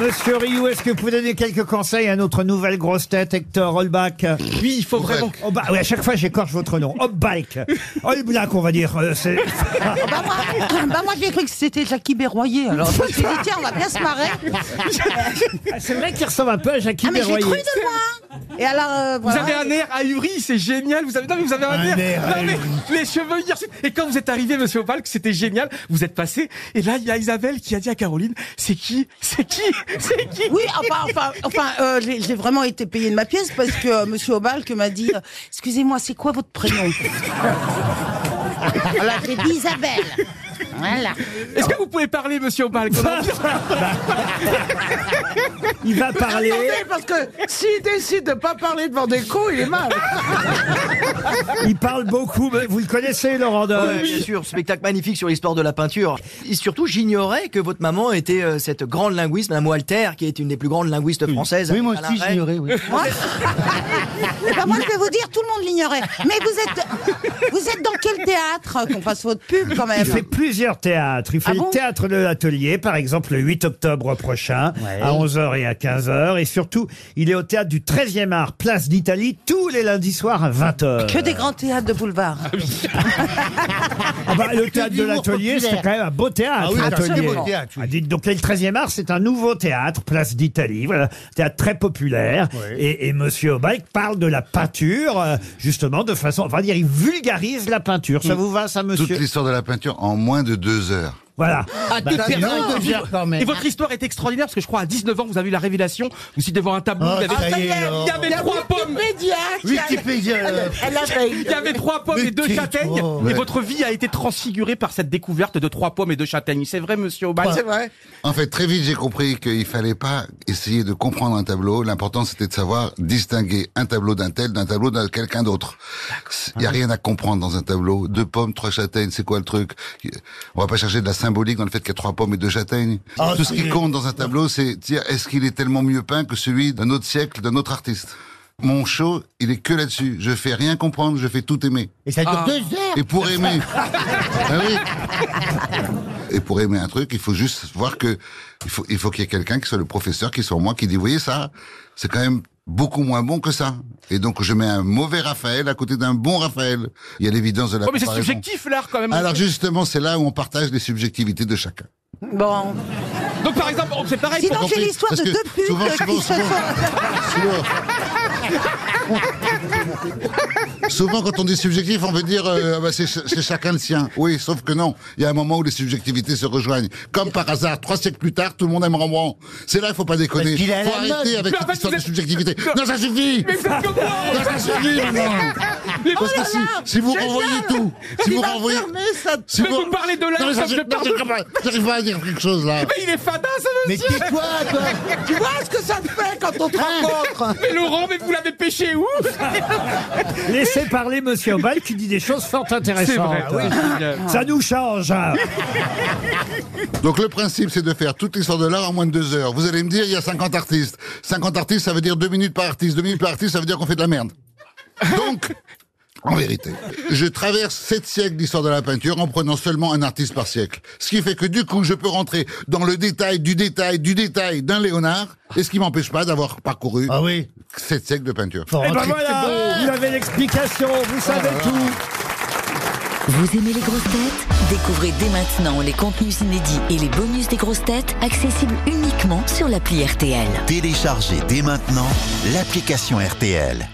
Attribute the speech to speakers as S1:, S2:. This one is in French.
S1: Monsieur Rioux, est-ce que vous pouvez donner quelques conseils à notre nouvelle grosse tête, Hector Holbach
S2: Oui, il faut vraiment.
S1: Oh bah, oui, à chaque fois, j'écorche votre nom. Holbach. Holbach, on va dire. euh, c'est-
S3: Bah moi, bah moi j'ai cru que c'était Jackie Berroyer. Alors je me suis dit tiens on va bien se marrer.
S1: Ah, c'est vrai qu'il ressemble un peu à Jackie
S3: Ah mais j'ai
S1: Berroyer.
S3: cru de loin. Et alors euh,
S2: Vous
S3: voilà.
S2: avez un air ahuri, c'est génial. Vous avez, non, mais vous avez un,
S4: Un air
S2: Non, mais les cheveux hirsutes. Et quand vous êtes arrivé, monsieur Opal, que c'était génial, vous êtes passé. Et là, il y a Isabelle qui a dit à Caroline, c'est qui? C'est qui? C'est qui?
S3: Oui, enfin, enfin, enfin euh, j'ai j'ai vraiment été payée de ma pièce parce que euh, Monsieur Obalk m'a dit euh, Excusez-moi, c'est quoi votre prénom Alors j'ai dit Isabelle. Voilà.
S2: Est-ce que vous pouvez parler, monsieur Opal? qu'on a-
S1: Il va parler.
S5: Parce que s'il décide de pas parler devant des cons, il est mal.
S1: Il parle beaucoup. mais Vous le connaissez, Laurent Dole
S6: Ah Ouais, bien sûr, spectacle magnifique sur l'histoire de la peinture. Et surtout, j'ignorais que votre maman était euh, cette grande linguiste, Madame Walter, qui est une des plus grandes linguistes françaises.
S4: Oui, moi
S6: à la
S4: aussi,
S6: Reine.
S4: j'ignorais, oui.
S3: Eh ben, moi je vais vous dire, tout le monde l'ignorait. Mais vous êtes, vous êtes dans quel théâtre euh, qu'on fasse votre pub quand même
S1: Il fait plusieurs théâtres. Il fait
S3: Ah
S1: le
S3: bon
S1: théâtre de l'atelier, par exemple, le 8 octobre prochain, à 11h et à 15h. Et surtout, il est au théâtre du 13e art, place d'Italie, tous les lundis soirs à 20h.
S3: Que des grands théâtres de boulevard.
S1: Ah bah, le théâtre de l'atelier, c'est quand même un beau théâtre.
S4: Ah oui,
S1: l'Atelier.
S4: c'est un très beau théâtre, oui.
S1: Ah, dites donc, le 13e art, c'est un nouveau théâtre, place d'Italie. Voilà, théâtre très populaire. Et, et Monsieur Obike parle de la peinture, euh, justement, de façon, on va dire, il vulgarise la peinture.
S4: Mm.
S1: Ça vous va, ça,
S7: Toute
S1: monsieur
S7: l'histoire de la peinture en moins de deux heures.
S1: Voilà.
S4: Ah, t'es perdu de vivre quand
S2: Et
S4: même.
S2: votre histoire est extraordinaire parce que je crois à 19 ans, vous avez eu la révélation. Vous étiez devant un tableau,
S4: Ah,
S2: il y avait,
S4: ça y est,
S2: il y avait
S4: alors.
S2: trois pommes.
S5: Média qui a-
S4: Wikipédia, euh,
S5: Elle avait.
S2: Il y avait trois pommes
S4: Mais
S2: et deux
S4: tais-toi.
S2: châtaignes.
S4: Ouais.
S2: Et votre vie a été transfigurée par cette découverte de trois pommes et deux châtaignes. C'est vrai, monsieur Aubin
S5: C'est vrai.
S7: En fait, très vite, j'ai compris qu'il fallait pas essayer de comprendre un tableau. L'important, c'était de savoir distinguer un tableau d'un tel d'un tableau d'un quelqu'un d'autre. Il y a rien à comprendre dans un tableau. Deux pommes, trois châtaignes, c'est quoi le truc On va pas chercher de la symbolique dans le fait qu'il y a trois pommes et deux châtaignes.
S4: Ah,
S7: Tout ce
S4: c'est-
S7: qui compte dans un tableau, c'est de dire est-ce qu'il est tellement mieux peint que celui d'un autre siècle, d'un autre artiste. Mon show, il est que là-dessus. Je fais rien comprendre, je fais tout aimer.
S4: Et ça dure deux heures.
S7: Et pour aimer. Ah oui. Et pour aimer un truc, il faut juste voir que il faut il faut qu'il y ait quelqu'un qui soit le professeur, qui soit moi, qui dit voyez ça, c'est quand même beaucoup moins bon que ça. Et donc je mets un mauvais Raphaël à côté d'un bon Raphaël. Il y a l'évidence de la
S2: Oh, mais c'est
S7: comparaison.
S2: subjectif, l'art, quand même.
S7: Alors justement, c'est là où on partage les subjectivités de chacun.
S3: Bon.
S2: Donc, par exemple, oh, c'est pareil.
S3: Sinon,
S7: Pour
S3: j'ai
S7: compter,
S3: l'histoire de
S7: parce que
S3: deux pubs
S7: souvent, souvent,
S3: qui se
S7: souvent.
S3: font.
S7: Souvent, quand on dit subjectif, on veut dire euh, Ah bah, c'est ch- c'est chacun le sien. Oui, sauf que non. Il y a un moment où les subjectivités se rejoignent. Comme par hasard, trois siècles plus tard, tout le monde aime Rembrandt. C'est là, il faut pas déconner.
S4: Parce qu'il est à
S7: faut
S4: la
S7: arrêter
S4: mode.
S7: avec
S2: Mais en
S7: cette
S2: fait, vous
S7: histoire de
S2: êtes-
S7: subjectivité. Non, ça suffit.
S2: Mais vous êtes comme moi,
S7: Non, ça suffit maintenant.
S2: oh
S7: Parce que si, si vous
S5: Génial.
S7: renvoyez tout, si
S5: Tu
S7: vous
S5: vas
S7: renvoyez,
S5: fermer ça.
S7: si
S2: Mais vous parlez de l'art
S7: Non, mais ça
S2: comme
S7: se-
S2: je
S7: non,
S2: parle
S7: je comprends pas. J'arrive pas à dire quelque chose là.
S2: Mais il est fada, ça,
S4: Mais
S2: monsieur
S4: tais-toi, toi.
S5: Tu vois ce que ça te fait quand on te rencontre
S2: Mais Laurent, mais vous l'avez pêché où
S1: Laissez parler Monsieur Obike qui dit des choses fort
S2: C'est
S1: intéressantes.
S2: vrai. oui, génial.
S1: Ça nous change. hein.
S7: Donc le principe, c'est de faire toute l'histoire de l'art en moins de deux heures. Vous allez me dire, il y a 50 artistes. 50 artistes, ça veut dire deux minutes par artiste. Deux minutes par artiste, ça veut dire qu'on fait de la merde. Donc, en vérité, je traverse sept siècles d'histoire de la peinture en prenant seulement un artiste par siècle. Ce qui fait que du coup, je peux rentrer dans le détail du détail du détail d'un Léonard, et ce qui m'empêche pas d'avoir parcouru
S4: Ah oui.
S7: sept siècles de peinture.
S4: Faut
S1: Eh ben
S4: rentrer.
S1: voilà, vous avez l'explication, vous savez tout.
S8: Vous aimez les grosses têtes Découvrez dès maintenant les contenus inédits et les bonus des grosses têtes accessibles uniquement sur l'appli RTL.
S9: Téléchargez dès maintenant l'application RTL.